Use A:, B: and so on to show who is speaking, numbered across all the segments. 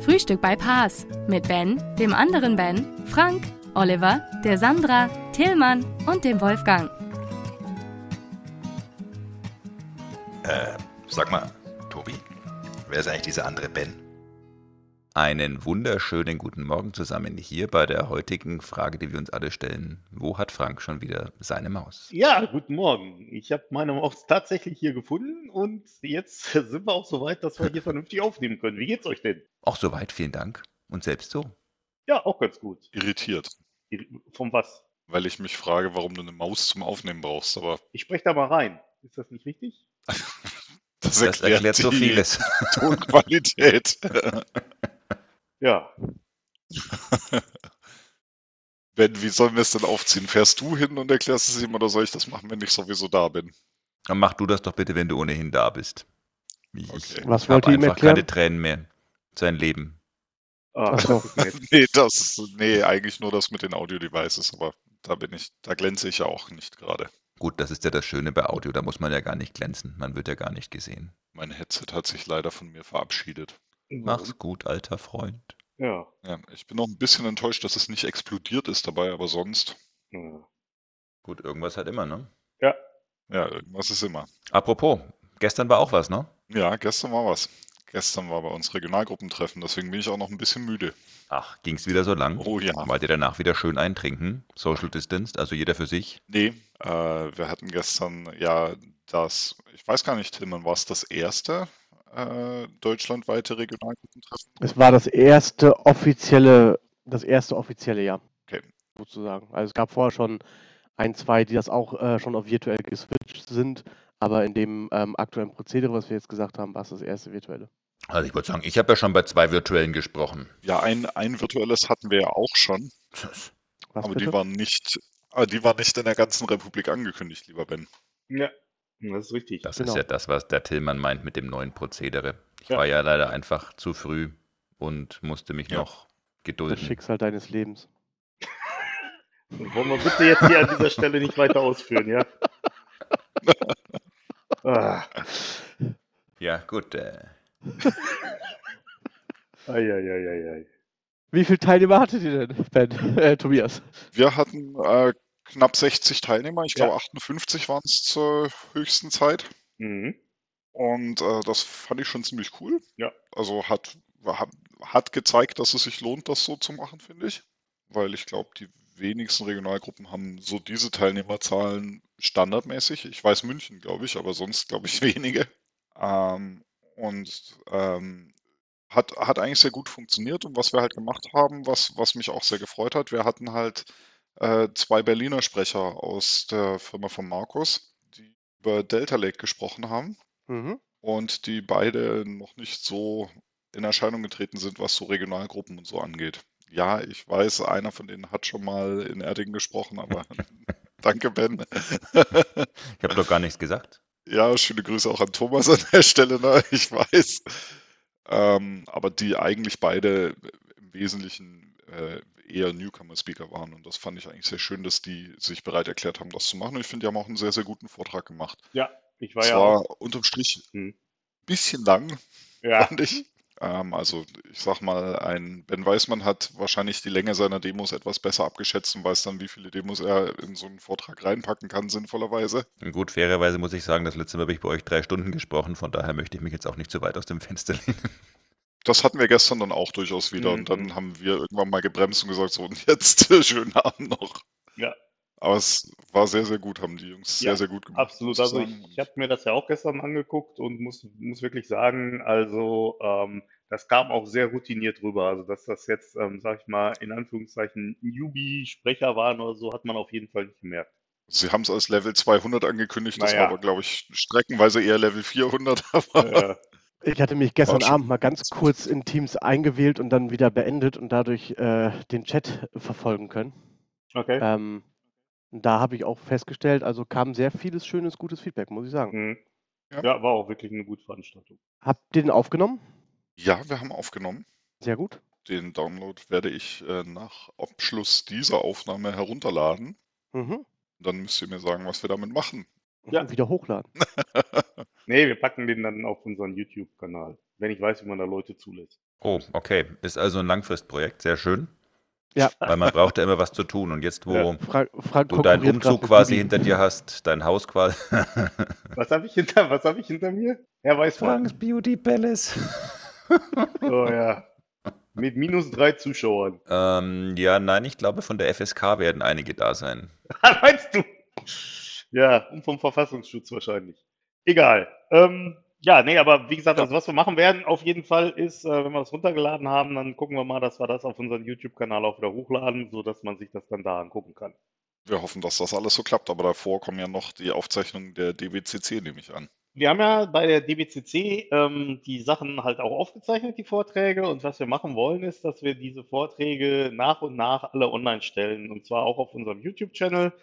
A: Frühstück bei Paas mit Ben, dem anderen Ben, Frank, Oliver, der Sandra, Tillmann und dem Wolfgang.
B: Äh, sag mal, Tobi, wer ist eigentlich dieser andere Ben? Einen wunderschönen guten Morgen zusammen hier bei der heutigen Frage, die wir uns alle stellen. Wo hat Frank schon wieder seine Maus?
C: Ja, guten Morgen. Ich habe meine Maus tatsächlich hier gefunden und jetzt sind wir auch so weit, dass wir hier vernünftig aufnehmen können. Wie geht's euch denn?
B: Auch soweit, vielen Dank. Und selbst so.
C: Ja, auch ganz gut.
D: Irritiert,
C: Von was?
D: weil ich mich frage, warum du eine Maus zum Aufnehmen brauchst. Aber
C: Ich spreche da mal rein. Ist das nicht richtig?
D: das
B: Das
D: erklärt,
B: erklärt so
D: die
B: vieles.
D: Tonqualität.
C: Ja.
D: ben, wie sollen wir es denn aufziehen? Fährst du hin und erklärst es ihm oder soll ich das machen, wenn ich sowieso da bin?
B: Dann mach du das doch bitte, wenn du ohnehin da bist. Ich
D: Okay.
E: Was
B: habe
E: wollt ihr ihm
B: einfach
E: erklären?
B: keine Tränen mehr. Sein Leben.
C: Ah,
E: Ach so.
C: das ist nett.
D: Nee, das ist, nee, eigentlich nur das mit den Audio-Devices, aber da bin ich, da glänze ich ja auch nicht gerade.
B: Gut, das ist ja das Schöne bei Audio, da muss man ja gar nicht glänzen, man wird ja gar nicht gesehen.
D: Mein Headset hat sich leider von mir verabschiedet.
B: Mach's gut, alter Freund.
C: Ja.
D: Ja, ich bin noch ein bisschen enttäuscht, dass es nicht explodiert ist dabei, aber sonst,
C: Ja.
B: Gut, irgendwas halt immer, ne?
D: ja, irgendwas ist immer.
B: Apropos, gestern war auch was, ne?
D: Ja, gestern war was. Gestern war bei uns Regionalgruppentreffen, deswegen bin ich auch noch ein bisschen müde.
B: Ach, ging's wieder so lang?
D: Oh ja.
B: Wollt ihr danach wieder schön eintrinken? Social Distanced, also jeder für sich?
D: Nee, äh, wir hatten gestern ja das, ich weiß gar nicht, Tillmann, war es das erste äh, deutschlandweite Regionalgruppentreffen?
E: Es war das erste offizielle, das erste offizielle Jahr.
D: Okay.
E: Sozusagen. Also es gab vorher schon ein, zwei, die das auch äh, schon auf virtuell geswitcht sind, aber in dem ähm, aktuellen Prozedere, was wir jetzt gesagt haben, war es das erste virtuelle.
B: Also ich würde sagen, ich habe ja schon bei zwei virtuellen gesprochen.
D: Ja, ein, ein virtuelles hatten wir ja auch schon,
E: Was
D: aber
E: bitte?
D: die waren nicht, äh, die waren nicht in der ganzen Republik angekündigt, lieber Ben.
C: ja. Das ist richtig.
B: Das
E: Genau.
B: ist ja das, was der Tillmann meint mit dem neuen Prozedere. Ich
C: Ja.
B: war ja leider einfach zu früh und musste mich
D: Ja.
B: noch
E: Das
B: gedulden.
E: Schicksal deines Lebens.
C: Wollen wir bitte jetzt hier an dieser Stelle nicht weiter ausführen, ja? Ah,
B: Ja, gut. Äh,
C: ei, ei, ei, ei, ei.
E: Wie viele Teilnehmer hattet ihr denn, Ben? Äh, Tobias.
D: Wir hatten äh, knapp 60 Teilnehmer, ich
C: Ja.
D: glaube 58 waren es zur höchsten Zeit.
C: Mhm.
D: Und äh, das fand ich schon ziemlich cool.
C: Ja.
D: Also hat, ha- hat gezeigt, dass es sich lohnt, das so zu machen, finde ich. Weil ich glaube, die wenigsten Regionalgruppen haben so diese Teilnehmerzahlen standardmäßig. Ich weiß München, glaube ich, aber sonst glaube ich wenige. Ähm, und ähm, hat, hat eigentlich sehr gut funktioniert. Und was wir halt gemacht haben, was, was mich auch sehr gefreut hat, wir hatten halt äh, zwei Berliner Sprecher aus der Firma von Markus, die über Delta Lake gesprochen haben
E: Mhm.
D: und die beide noch nicht so in Erscheinung getreten sind, was so Regionalgruppen und so angeht. Ja, ich weiß, einer von denen hat schon mal in Erding gesprochen, aber danke, Ben.
B: ich habe doch gar nichts gesagt.
D: Ja, schöne Grüße auch an Thomas an der Stelle, ne? Ich weiß. Ähm, aber die eigentlich beide im Wesentlichen äh, eher Newcomer-Speaker waren. Und das fand ich eigentlich sehr schön, dass die sich bereit erklärt haben, das zu machen. Und ich finde, die haben auch einen sehr, sehr guten Vortrag gemacht.
C: Ich war
D: Es
C: ja auch.
D: war unterm Strich
C: Hm.
D: ein bisschen lang,
C: Ja,
D: fand ich. Ähm, also ich sag mal, ein Ben Weismann hat wahrscheinlich die Länge seiner Demos etwas besser abgeschätzt und weiß dann, wie viele Demos er in so einen Vortrag reinpacken kann, sinnvollerweise.
B: Gut, fairerweise muss ich sagen, das letzte Mal habe ich bei euch drei Stunden gesprochen, von daher möchte ich mich jetzt auch nicht zu weit aus dem Fenster lehnen.
D: Das hatten wir gestern dann auch durchaus wieder und dann
C: Mhm.
D: haben wir irgendwann mal gebremst und gesagt, so und jetzt schönen Abend noch.
C: Ja.
D: Aber es war sehr, sehr gut, haben die Jungs sehr,
C: Ja,
D: sehr gut gemacht.
C: absolut.
D: muss ich
C: Also
D: sagen.
C: ich, ich habe mir das ja auch gestern angeguckt und muss, muss wirklich sagen, also ähm, das kam auch sehr routiniert rüber. Also dass das jetzt, ähm, sag ich mal, in Anführungszeichen Newbie-Sprecher waren oder so, hat man auf jeden Fall nicht gemerkt.
D: Sie haben es als Level 200 angekündigt, das war
C: Naja.
D: aber, glaube ich, streckenweise eher Level 400, aber
C: Äh,
E: Ich hatte mich gestern
D: Auch schon.
E: Abend mal ganz kurz in Teams eingewählt und dann wieder beendet und dadurch äh, den Chat verfolgen können.
C: Okay.
E: Ähm, da habe ich auch festgestellt, also kam sehr vieles schönes, gutes Feedback, muss ich sagen.
C: Mhm.
D: Ja.
C: Ja, war auch wirklich eine gute Veranstaltung.
E: Habt ihr den aufgenommen?
D: Ja, wir haben aufgenommen.
E: Sehr gut.
D: Den Download werde ich äh, nach Abschluss dieser Aufnahme herunterladen.
E: Mhm.
D: Dann müsst ihr mir sagen, was wir damit machen.
C: Ja.
E: Und Wieder hochladen.
C: Nee, wir packen den dann auf unseren YouTube-Kanal, wenn ich weiß, wie man da Leute zulässt.
B: Oh, okay. Ist also ein Langfristprojekt. Sehr schön.
E: Ja.
B: Weil man braucht ja immer was zu tun. Und jetzt, wo
C: Ja.
E: Frank, Frank
B: du
E: konkurriert
B: deinen
E: grad
B: Umzug
E: mit
B: quasi
E: Bibi.
B: hinter dir hast, dein Haus quasi.
C: Was habe ich hinter, was habe ich hinter mir? Herr Weißmann.
B: Beauty Palace.
C: Oh ja. Mit minus drei Zuschauern.
B: ähm, ja, nein, ich glaube, von der FSK werden einige da sein.
C: Meinst du? Ja, und vom Verfassungsschutz wahrscheinlich. Egal. Ähm, ja, nee, aber wie gesagt, also was wir machen werden, auf jeden Fall ist, äh, wenn wir das runtergeladen haben, dann gucken wir mal, dass wir das auf unseren YouTube-Kanal auch wieder hochladen, sodass man sich das dann da angucken kann.
D: Wir hoffen, dass das alles so klappt, aber davor kommen ja noch die Aufzeichnungen der DWCC, nehme ich an.
C: Wir haben ja bei der DBCC ähm, die Sachen halt auch aufgezeichnet, die Vorträge. Und was wir machen wollen, ist, dass wir diese Vorträge nach und nach alle online stellen. Und zwar auch auf unserem YouTube-Channel.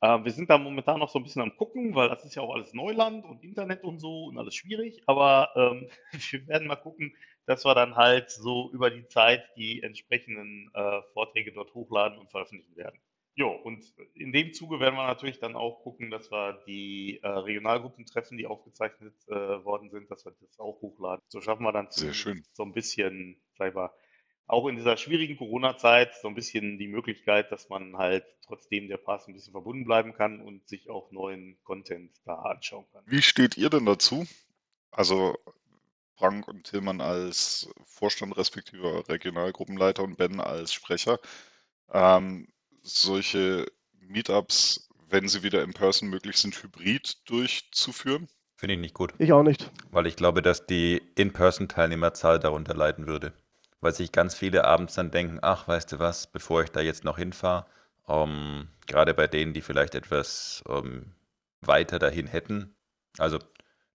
C: Äh, wir sind da momentan noch so ein bisschen am Gucken, weil das ist ja auch alles Neuland und Internet und so und alles schwierig. Aber ähm, wir werden mal gucken, dass wir dann halt so über die Zeit die entsprechenden äh, Vorträge dort hochladen und veröffentlichen werden. Jo, und in dem Zuge werden wir natürlich dann auch gucken, dass wir die äh, Regionalgruppentreffen, die aufgezeichnet äh, worden sind, dass wir das auch hochladen. So schaffen wir dann
D: Sehr schön.
C: so ein bisschen, sag ich mal, auch in dieser schwierigen Corona-Zeit so ein bisschen die Möglichkeit, dass man halt trotzdem der Pass ein bisschen verbunden bleiben kann und sich auch neuen Content da anschauen kann.
D: Wie steht ihr denn dazu? Also Frank und Tillmann als Vorstand respektive Regionalgruppenleiter und Ben als Sprecher. Ähm, solche Meetups, wenn sie wieder in Person möglich sind, hybrid durchzuführen.
B: Finde ich nicht gut,
E: Ich auch nicht.
B: weil ich glaube, dass die In-Person-Teilnehmerzahl darunter leiden würde. Weil sich ganz viele abends dann denken, ach, weißt du was, bevor ich da jetzt noch hinfahre, ähm, gerade bei denen, die vielleicht etwas ähm, weiter dahin hätten. Also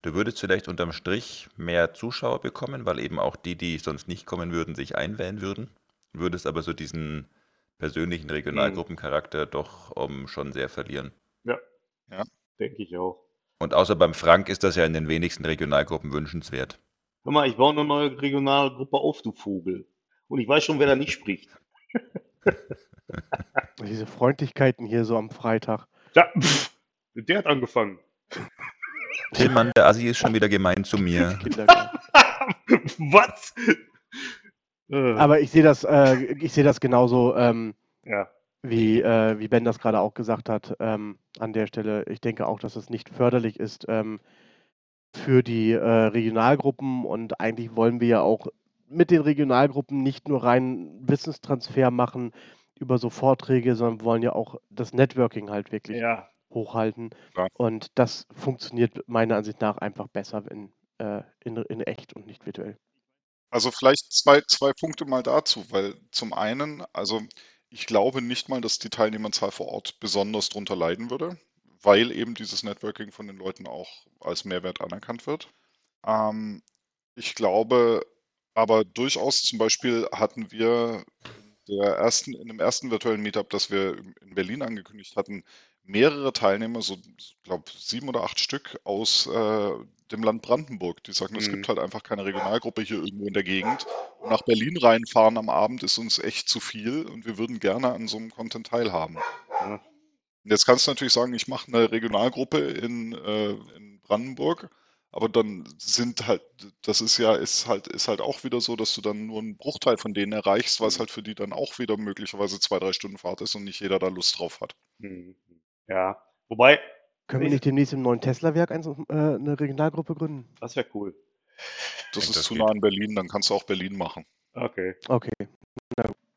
B: du würdest vielleicht unterm Strich mehr Zuschauer bekommen, weil eben auch die, die sonst nicht kommen würden, sich einwählen würden. Würdest aber so diesen persönlichen Regionalgruppencharakter doch ähm, schon sehr verlieren.
C: Denke ich auch.
B: Und außer beim Frank ist das ja in den wenigsten Regionalgruppen wünschenswert.
C: Hör mal, ich baue eine neue Regionalgruppe auf, du Vogel. Und ich weiß schon, wer da nicht spricht.
E: Diese Freundlichkeiten hier so am Freitag.
C: Ja, pff, der hat angefangen.
B: Tillmann, der Assi ist schon wieder gemein zu mir.
E: Kindergarten.
C: Was? Äh,
E: Aber ich sehe das, äh, ich sehe das genauso, ähm,
C: ja.
E: wie, äh, wie Ben das gerade auch gesagt hat, ähm, an der Stelle. Ich denke auch, dass es nicht förderlich ist ähm, für die äh, Regionalgruppen und eigentlich wollen wir ja auch mit den Regionalgruppen nicht nur rein Wissenstransfer machen über so Vorträge, sondern wollen ja auch das Networking halt wirklich
C: ja,
E: hochhalten.
D: Klar.
E: Und das funktioniert meiner Ansicht nach einfach besser in, äh, in, in echt und nicht virtuell.
D: Also vielleicht zwei, zwei Punkte mal dazu, weil zum einen, also ich glaube nicht mal, dass die Teilnehmerzahl vor Ort besonders drunter leiden würde, weil eben dieses Networking von den Leuten auch als Mehrwert anerkannt wird. Ähm, ich glaube aber durchaus, zum Beispiel hatten wir in der ersten, in dem ersten virtuellen Meetup, das wir in Berlin angekündigt hatten, mehrere Teilnehmer, so ich glaube sieben oder acht Stück aus äh, dem Land Brandenburg, die sagten, es
C: Mhm.
D: gibt halt einfach keine Regionalgruppe hier irgendwo in der Gegend. Und nach Berlin reinfahren am Abend ist uns echt zu viel und wir würden gerne an so einem Content teilhaben.
C: Ja.
D: Und Jetzt kannst du natürlich sagen, ich mache eine Regionalgruppe in, äh, in Brandenburg, aber dann sind halt, das ist ja, ist halt, ist halt auch wieder so, dass du dann nur einen Bruchteil von denen erreichst, weil es halt für die dann auch wieder möglicherweise zwei, drei Stunden Fahrt ist und nicht jeder da Lust drauf hat.
C: hm, ja. Wobei,
E: Können wir
C: Ich-
E: nicht demnächst im neuen Tesla-Werk eins- äh, eine Regionalgruppe gründen?
C: das wäre cool.
D: Das
B: Denk,
D: ist
B: das
D: zu
B: geht.
D: nah an Berlin, dann kannst du auch Berlin machen.
C: Okay.
E: Okay.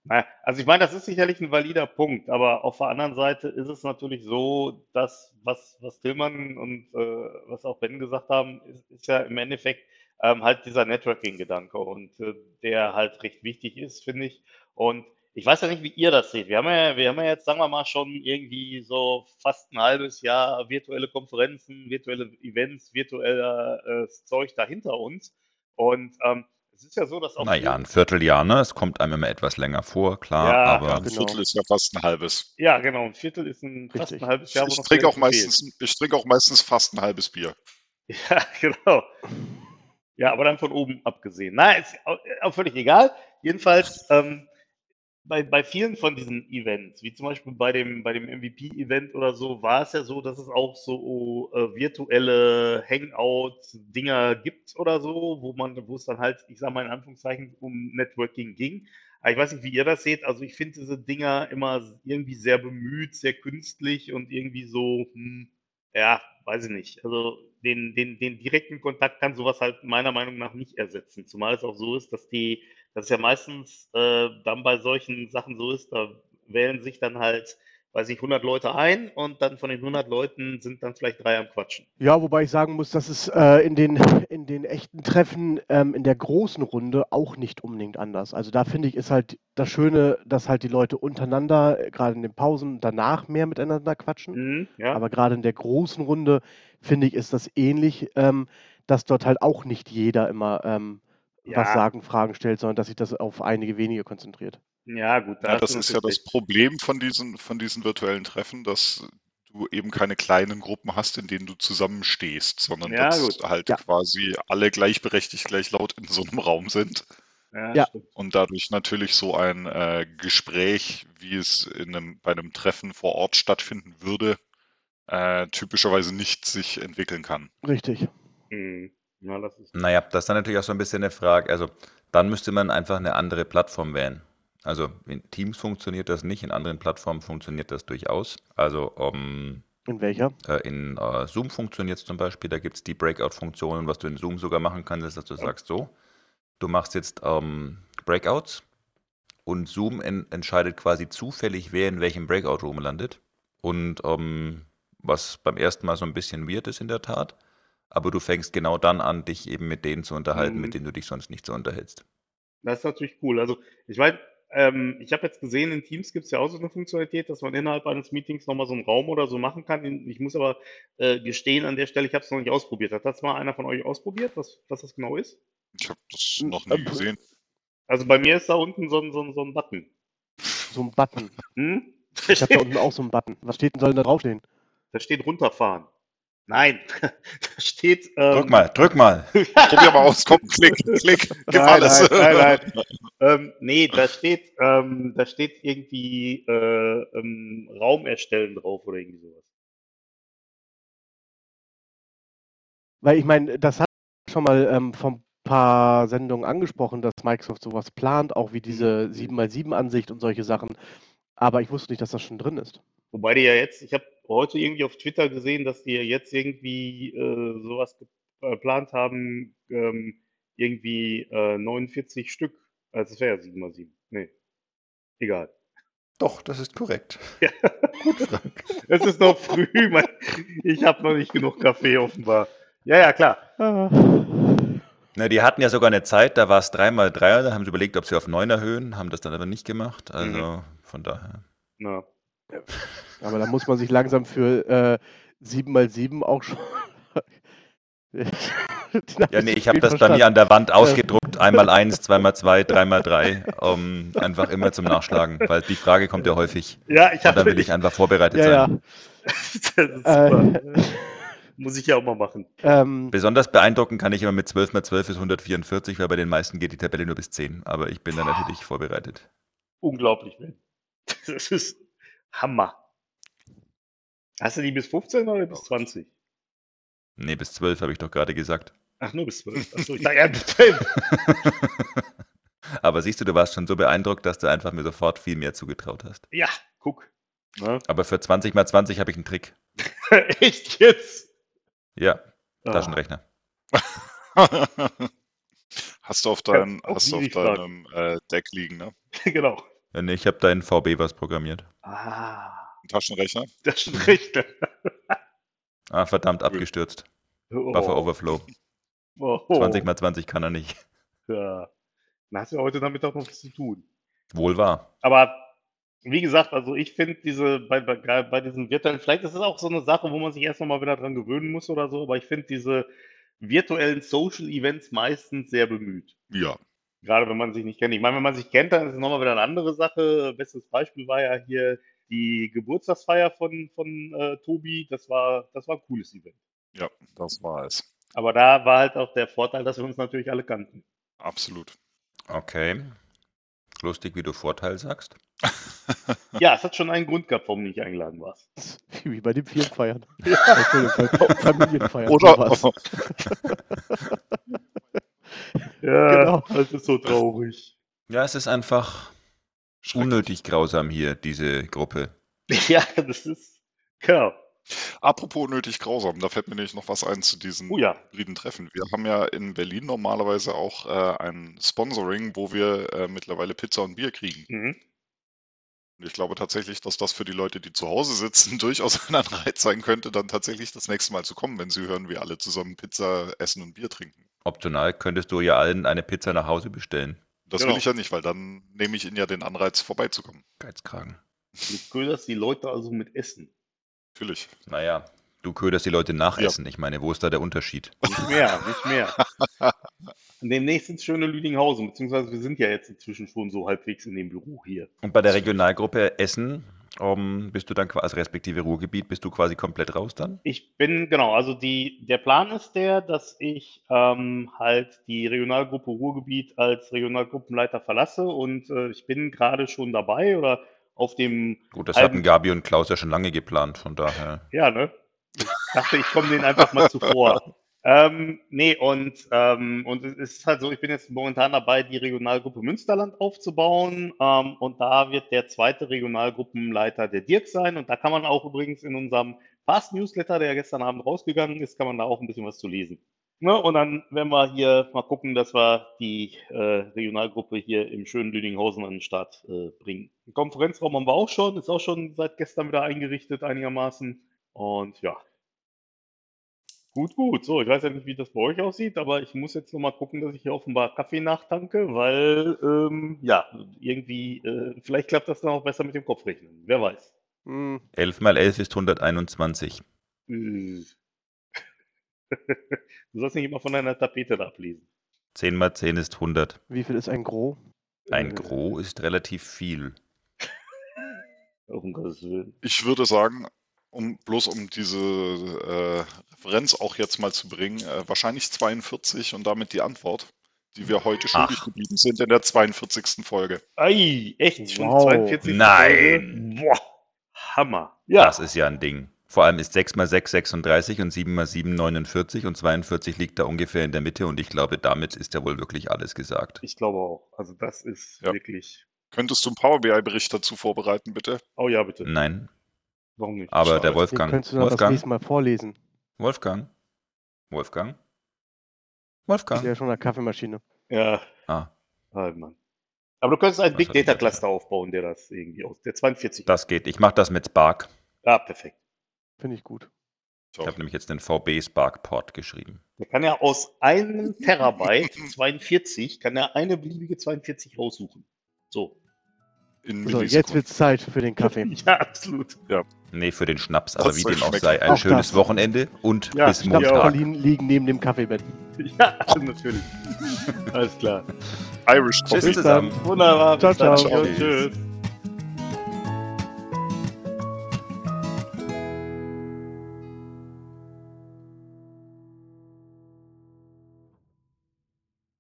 C: Naja, Also ich meine, das ist sicherlich ein valider Punkt, aber auf der anderen Seite ist es natürlich so, dass was, was Tillmann und äh, was auch Ben gesagt haben, ist, ist ja im Endeffekt ähm, halt dieser Networking-Gedanke und äh, der halt recht wichtig ist, finde ich. Und ich weiß ja nicht, wie ihr das seht. Wir haben ja, wir haben ja jetzt, sagen wir mal, schon irgendwie so fast ein halbes Jahr virtuelle Konferenzen, virtuelle Events, virtuelles äh, Zeug da hinter uns. Und ähm, es ist ja so, dass auch.
B: Naja, ein Vierteljahr, ne? Es kommt einem immer etwas länger vor, klar,
C: Ja,
B: aber
D: Ein
E: genau.
D: Viertel ist ja fast ein halbes.
C: Ja, genau. Ein Viertel ist ein, fast
E: Richtig.
C: ein halbes Jahr. wo
D: ich
C: noch
D: trinke
C: sehr
D: auch
C: viel fehlt.
D: meistens, ich trinke auch meistens fast ein halbes Bier.
C: Ja, genau. Ja, aber dann von oben abgesehen. Na, ist auch, auch völlig egal. Jedenfalls, ähm, bei, bei vielen von diesen Events, wie zum Beispiel bei dem, bei dem MVP-Event oder so, war es ja so, dass es auch so äh, virtuelle Hangout-Dinger gibt oder so, wo man, wo es dann halt, ich sag mal in Anführungszeichen, um Networking ging. Aber ich weiß nicht, wie ihr das seht. Also ich finde diese Dinger immer irgendwie sehr bemüht, sehr künstlich und irgendwie so, hm, ja, weiß ich nicht. Also den, den, den direkten Kontakt kann sowas halt meiner Meinung nach nicht ersetzen. Zumal es auch so ist, dass die, dass es ja meistens äh, dann bei solchen Sachen so ist, da wählen sich dann halt, weiß nicht, 100 Leute ein und dann von den 100 Leuten sind dann vielleicht drei am Quatschen.
E: Ja, wobei ich sagen muss, dass es äh, in den, in den echten Treffen ähm, in der großen Runde auch nicht unbedingt anders. Also da finde ich, ist halt das Schöne, dass halt die Leute untereinander, äh, gerade in den Pausen, danach mehr miteinander quatschen.
C: Mhm, ja.
E: Hm. Aber gerade in der großen Runde, finde ich, ist das ähnlich, ähm, dass dort halt auch nicht jeder immer ähm, was
C: Ja.
E: sagen, Fragen stellt, sondern dass sich das auf einige wenige konzentriert.
C: Ja, gut, da
D: Ja,
C: hast
D: das
C: du
D: ist ja
C: natürlich
D: das Problem von diesen, von diesen virtuellen Treffen, dass du eben keine kleinen Gruppen hast, in denen du zusammenstehst, sondern
C: Ja,
D: dass
C: gut.
D: halt
E: Ja.
D: quasi alle gleichberechtigt, gleich laut in so einem Raum sind
C: recht.
E: Ja.
C: stimmt.
D: und dadurch natürlich so ein äh, Gespräch, wie es in einem, bei einem Treffen vor Ort stattfinden würde, äh, typischerweise nicht sich entwickeln kann.
E: Richtig.
C: Mhm. Ja, das ist.
B: naja, das ist dann natürlich auch so ein bisschen eine Frage. Also, dann müsste man einfach eine andere Plattform wählen. Also, in Teams funktioniert das nicht, in anderen Plattformen funktioniert das durchaus. Also, ähm,
E: In welcher?
B: Äh, In äh, Zoom funktioniert es zum Beispiel, da gibt es die Breakout-Funktionen. Was du in Zoom sogar machen kannst, ist, dass du sagst so, du machst jetzt ähm, Breakouts und Zoom en entscheidet quasi zufällig, wer in welchem Breakout-Room landet. Und ähm, was beim ersten Mal so ein bisschen weird ist in der Tat, aber du fängst genau dann an, dich eben mit denen zu unterhalten,
C: Mhm.
B: mit denen du dich sonst nicht so unterhältst.
C: Das ist natürlich cool. Also, ich meine, ähm, ich habe jetzt gesehen, in Teams gibt es ja auch so eine Funktionalität, dass man innerhalb eines Meetings nochmal so einen Raum oder so machen kann. In- Ich muss aber äh, gestehen, an der Stelle, ich habe es noch nicht ausprobiert. Hat das mal einer von euch ausprobiert, was, was das genau ist?
D: Ich habe das noch nie
C: Ähm,
D: gesehen.
C: Also bei mir ist da unten so ein, so ein, so ein Button.
E: So ein Button.
C: Hm?
E: Ich habe da unten auch so einen Button. Was steht denn, soll denn da draufstehen?
C: Da steht runterfahren. Nein, da steht.
B: Drück
C: Ähm,
B: mal, drück mal.
D: Probier mal aus, komm, klick, klick, gib
C: Nein,
D: alles.
C: nein, nein, nein. ähm, nee, da steht, ähm, da steht irgendwie äh, ähm, Raum erstellen drauf oder irgendwie sowas.
E: Weil ich meine, das hat schon mal ähm, vor ein paar Sendungen angesprochen, dass Microsoft sowas plant, auch wie diese 7x7-Ansicht und solche Sachen. Aber ich wusste nicht, dass das schon drin ist.
C: Wobei die ja jetzt, ich habe heute irgendwie auf Twitter gesehen, dass die ja jetzt irgendwie äh, sowas ge- geplant haben, ähm, irgendwie äh, 49 Stück. Also es wäre ja 7 mal 7. Nee. Egal.
B: Doch, das ist korrekt.
C: Es ist noch früh, mein, ich habe noch nicht genug Kaffee offenbar. Ja, ja, klar.
E: Ah.
B: Na, die hatten ja sogar eine Zeit, da war es 3x3, da haben sie überlegt, ob sie auf 9 erhöhen, haben das dann aber nicht gemacht. Also
E: Mhm.
B: von daher.
C: Na,
E: Aber da muss man sich langsam für äh, 7x7 auch schon.
B: Ja, nee, ich habe das bei mir an der Wand ausgedruckt. Einmal eins, zweimal zwei, dreimal drei. Ähm, einfach immer zum Nachschlagen, weil die Frage kommt ja häufig.
C: ja, ich
B: Und dann
C: habe
B: will ich einfach vorbereitet
E: Ja,
B: sein.
E: ja.
C: das ist super.
E: Äh,
C: Muss ich ja auch mal machen.
E: ähm,
B: Besonders beeindrucken kann ich immer mit 12 mal 12 ist 144, weil bei den meisten geht die Tabelle nur bis 10. Aber ich bin da natürlich vorbereitet.
C: Unglaublich, man. Das ist Hammer. Hast du die bis 15 oder bis 20?
B: Nee, bis 12 habe ich doch gerade gesagt.
C: Ach, nur bis 12. Ach so, ich dachte, ja, bis 12.
B: Aber siehst du, du warst schon so beeindruckt, dass du einfach mir sofort viel mehr zugetraut hast.
C: Ja, guck. Ne?
B: Aber für 20 mal 20 habe ich einen Trick.
C: Echt jetzt?
B: Ja,
C: Ah,
B: Taschenrechner.
D: Hast du auf deinem,
C: auch
D: hast du auf
C: die Frage.
D: deinem äh, Deck liegen, ne?
C: genau.
B: Ja, Äh, Nee, ich habe da in VB was programmiert.
C: Ah,
D: Ein Taschenrechner?
C: Taschenrechner.
B: Ah, verdammt, abgestürzt.
C: Oh,
B: Buffer Overflow.
C: Oh,
B: 20 mal 20 kann er nicht.
C: Ja. Dann hast du ja heute Nachmittag noch was zu tun.
B: Wohl wahr.
C: Aber wie gesagt, also ich finde diese, bei, bei, gerade bei diesen virtuellen, vielleicht ist es auch so eine Sache, wo man sich erst nochmal wieder dran gewöhnen muss oder so, aber ich finde diese, virtuellen Social Events meistens sehr bemüht.
D: Ja.
C: Gerade wenn man sich nicht kennt. Ich meine, wenn man sich kennt, dann ist es nochmal wieder eine andere Sache. Bestes Beispiel war ja hier die Geburtstagsfeier von, von äh, Tobi. Das war, das war ein cooles Event.
D: Ja, das war es.
C: Aber da war halt auch der Vorteil, dass wir uns natürlich alle kannten.
D: Absolut.
B: Okay. Lustig, wie du Vorteil sagst.
C: Ja, es hat schon einen Grund gehabt, warum du nicht eingeladen warst.
E: Wie bei den Firmenfeiern. Entschuldigung, bei Familienfeiern.
D: Oder,
E: sowas.
C: Ja,
E: Genau.
C: das ist so traurig.
B: Ja, es ist einfach unnötig grausam hier, diese Gruppe.
C: Ja, das ist, genau.
D: Apropos nötig grausam, da fällt mir nämlich noch was ein zu diesen
C: Oh ja,
D: hybriden Treffen. Wir haben ja in Berlin normalerweise auch äh, ein Sponsoring, wo wir äh, mittlerweile Pizza und Bier kriegen.
C: mhm.
D: Und ich glaube tatsächlich, dass das für die Leute, die zu Hause sitzen, durchaus ein Anreiz sein könnte, dann tatsächlich das nächste Mal zu kommen, wenn sie hören, wir alle zusammen Pizza essen und Bier trinken.
B: Optional könntest du ja allen eine Pizza nach Hause bestellen.
D: Das
C: Genau.
D: will ich ja nicht, weil dann nehme ich ihnen ja den Anreiz, vorbeizukommen.
B: Geizkragen.
C: du köderst die Leute also mit Essen.
D: Natürlich.
B: Naja, du köderst die Leute nach
D: Ja.
B: Essen. Ich meine, wo ist da der Unterschied?
C: Nicht mehr, nicht mehr. Demnächst ins schöne Lüdinghausen, beziehungsweise wir sind ja jetzt inzwischen schon so halbwegs in dem Büro hier.
B: Und bei der Regionalgruppe Essen ähm, bist du dann quasi, also respektive Ruhrgebiet, bist du quasi komplett raus dann?
C: Ich bin, genau, also die, der Plan ist der, dass ich ähm, halt die Regionalgruppe Ruhrgebiet als Regionalgruppenleiter verlasse und äh, ich bin gerade schon dabei oder auf dem,
B: Gut, das
C: Halb-
B: hatten Gabi und Klaus ja schon lange geplant, von daher.
C: ja, ne? Ich dachte, ich komme denen einfach mal zuvor. Ähm, nee, und, ähm, und es ist halt so, ich bin jetzt momentan dabei, die Regionalgruppe Münsterland aufzubauen. Ähm, und da wird der zweite Regionalgruppenleiter der Dirk sein. Und da kann man auch übrigens in unserem Fast Newsletter, der gestern Abend rausgegangen ist, kann man da auch ein bisschen was zu lesen. Ne? Und dann werden wir hier mal gucken, dass wir die äh, Regionalgruppe hier im schönen Lüdinghausen an den Start äh, bringen. Den Konferenzraum haben wir auch schon, ist auch schon seit gestern wieder eingerichtet einigermaßen. Und ja. Gut, gut. So, ich weiß ja nicht, wie das bei euch aussieht, aber ich muss jetzt nochmal gucken, dass ich hier offenbar Kaffee nachtanke, weil, ähm, ja, irgendwie, äh, vielleicht klappt das dann auch besser mit dem Kopfrechnen. Wer weiß.
E: Hm,
B: 11 mal 11 ist 121.
C: Äh. Du sollst nicht immer von deiner Tapete da ablesen.
B: 10 mal 10 ist 100.
E: Wie viel ist ein Gros?
B: Ein
C: Äh,
B: Gros ist relativ viel.
C: Um Gottes Willen.
D: Ich würde sagen, um bloß um diese äh, Referenz auch jetzt mal zu bringen, äh, wahrscheinlich 42 und damit die Antwort, die wir heute schuldig
B: Ach.
D: geblieben sind in der 42. Folge.
C: Ei, echt? Schon
E: Wow.
C: 42
B: Nein.
C: Folge? Boah, Hammer. Ja,
B: Das ist ja ein Ding. Vor allem ist 6 mal 6 36 und 7 mal 7 49 und 42 liegt da ungefähr in der Mitte und ich glaube, damit ist ja wohl wirklich alles gesagt.
C: ich glaube auch. Also das ist
D: Ja.
C: wirklich.
D: Könntest du einen Power BI-Bericht dazu vorbereiten, bitte?
C: Oh ja, bitte.
B: Nein,
C: Warum nicht?
B: aber der
D: Schade.
E: Den
B: Wolfgang.
E: könntest du dann das
B: Wolfgang,
E: nächste Mal vorlesen.
B: Wolfgang. Wolfgang.
E: Das ist ja
B: Wolfgang.
E: schon eine Kaffeemaschine.
C: Ja.
B: Ah,
C: Ah, Mann. Aber du könntest einen
B: Was
C: Big
B: hat die
C: Data
B: da drin?
C: Cluster aufbauen, der das irgendwie aus. Der 42.
B: das geht. Ich mache das mit Spark.
C: Ah, perfekt.
E: Finde ich gut.
B: Ich ne- habe nämlich jetzt den VB Spark Port geschrieben.
C: Der kann ja aus einem Terabyte 42, kann er eine beliebige 42 raussuchen. So.
E: So,
D: In
E: jetzt
D: Millisekunden.
E: wird's Zeit für den Kaffee.
C: Ja, absolut.
B: Nee, für den Schnaps, aber
D: Das
B: wie
D: soll
B: dem auch
D: schmecken.
B: sei, ein
E: Auch
B: schönes
E: das.
B: Wochenende und
C: Ja,
B: bis
C: Schnaps,
B: Montag.
E: Schnappspralinen liegen neben dem Kaffeebett.
C: Ja, natürlich. Alles klar.
D: Irish
B: Tschüss
D: Coffee.
E: Bis
B: zusammen.
E: dann.
C: Wunderbar.
E: Ciao,
C: Bis dann.
E: ciao.
C: Jo,
B: Tschüss.
C: Tschüss.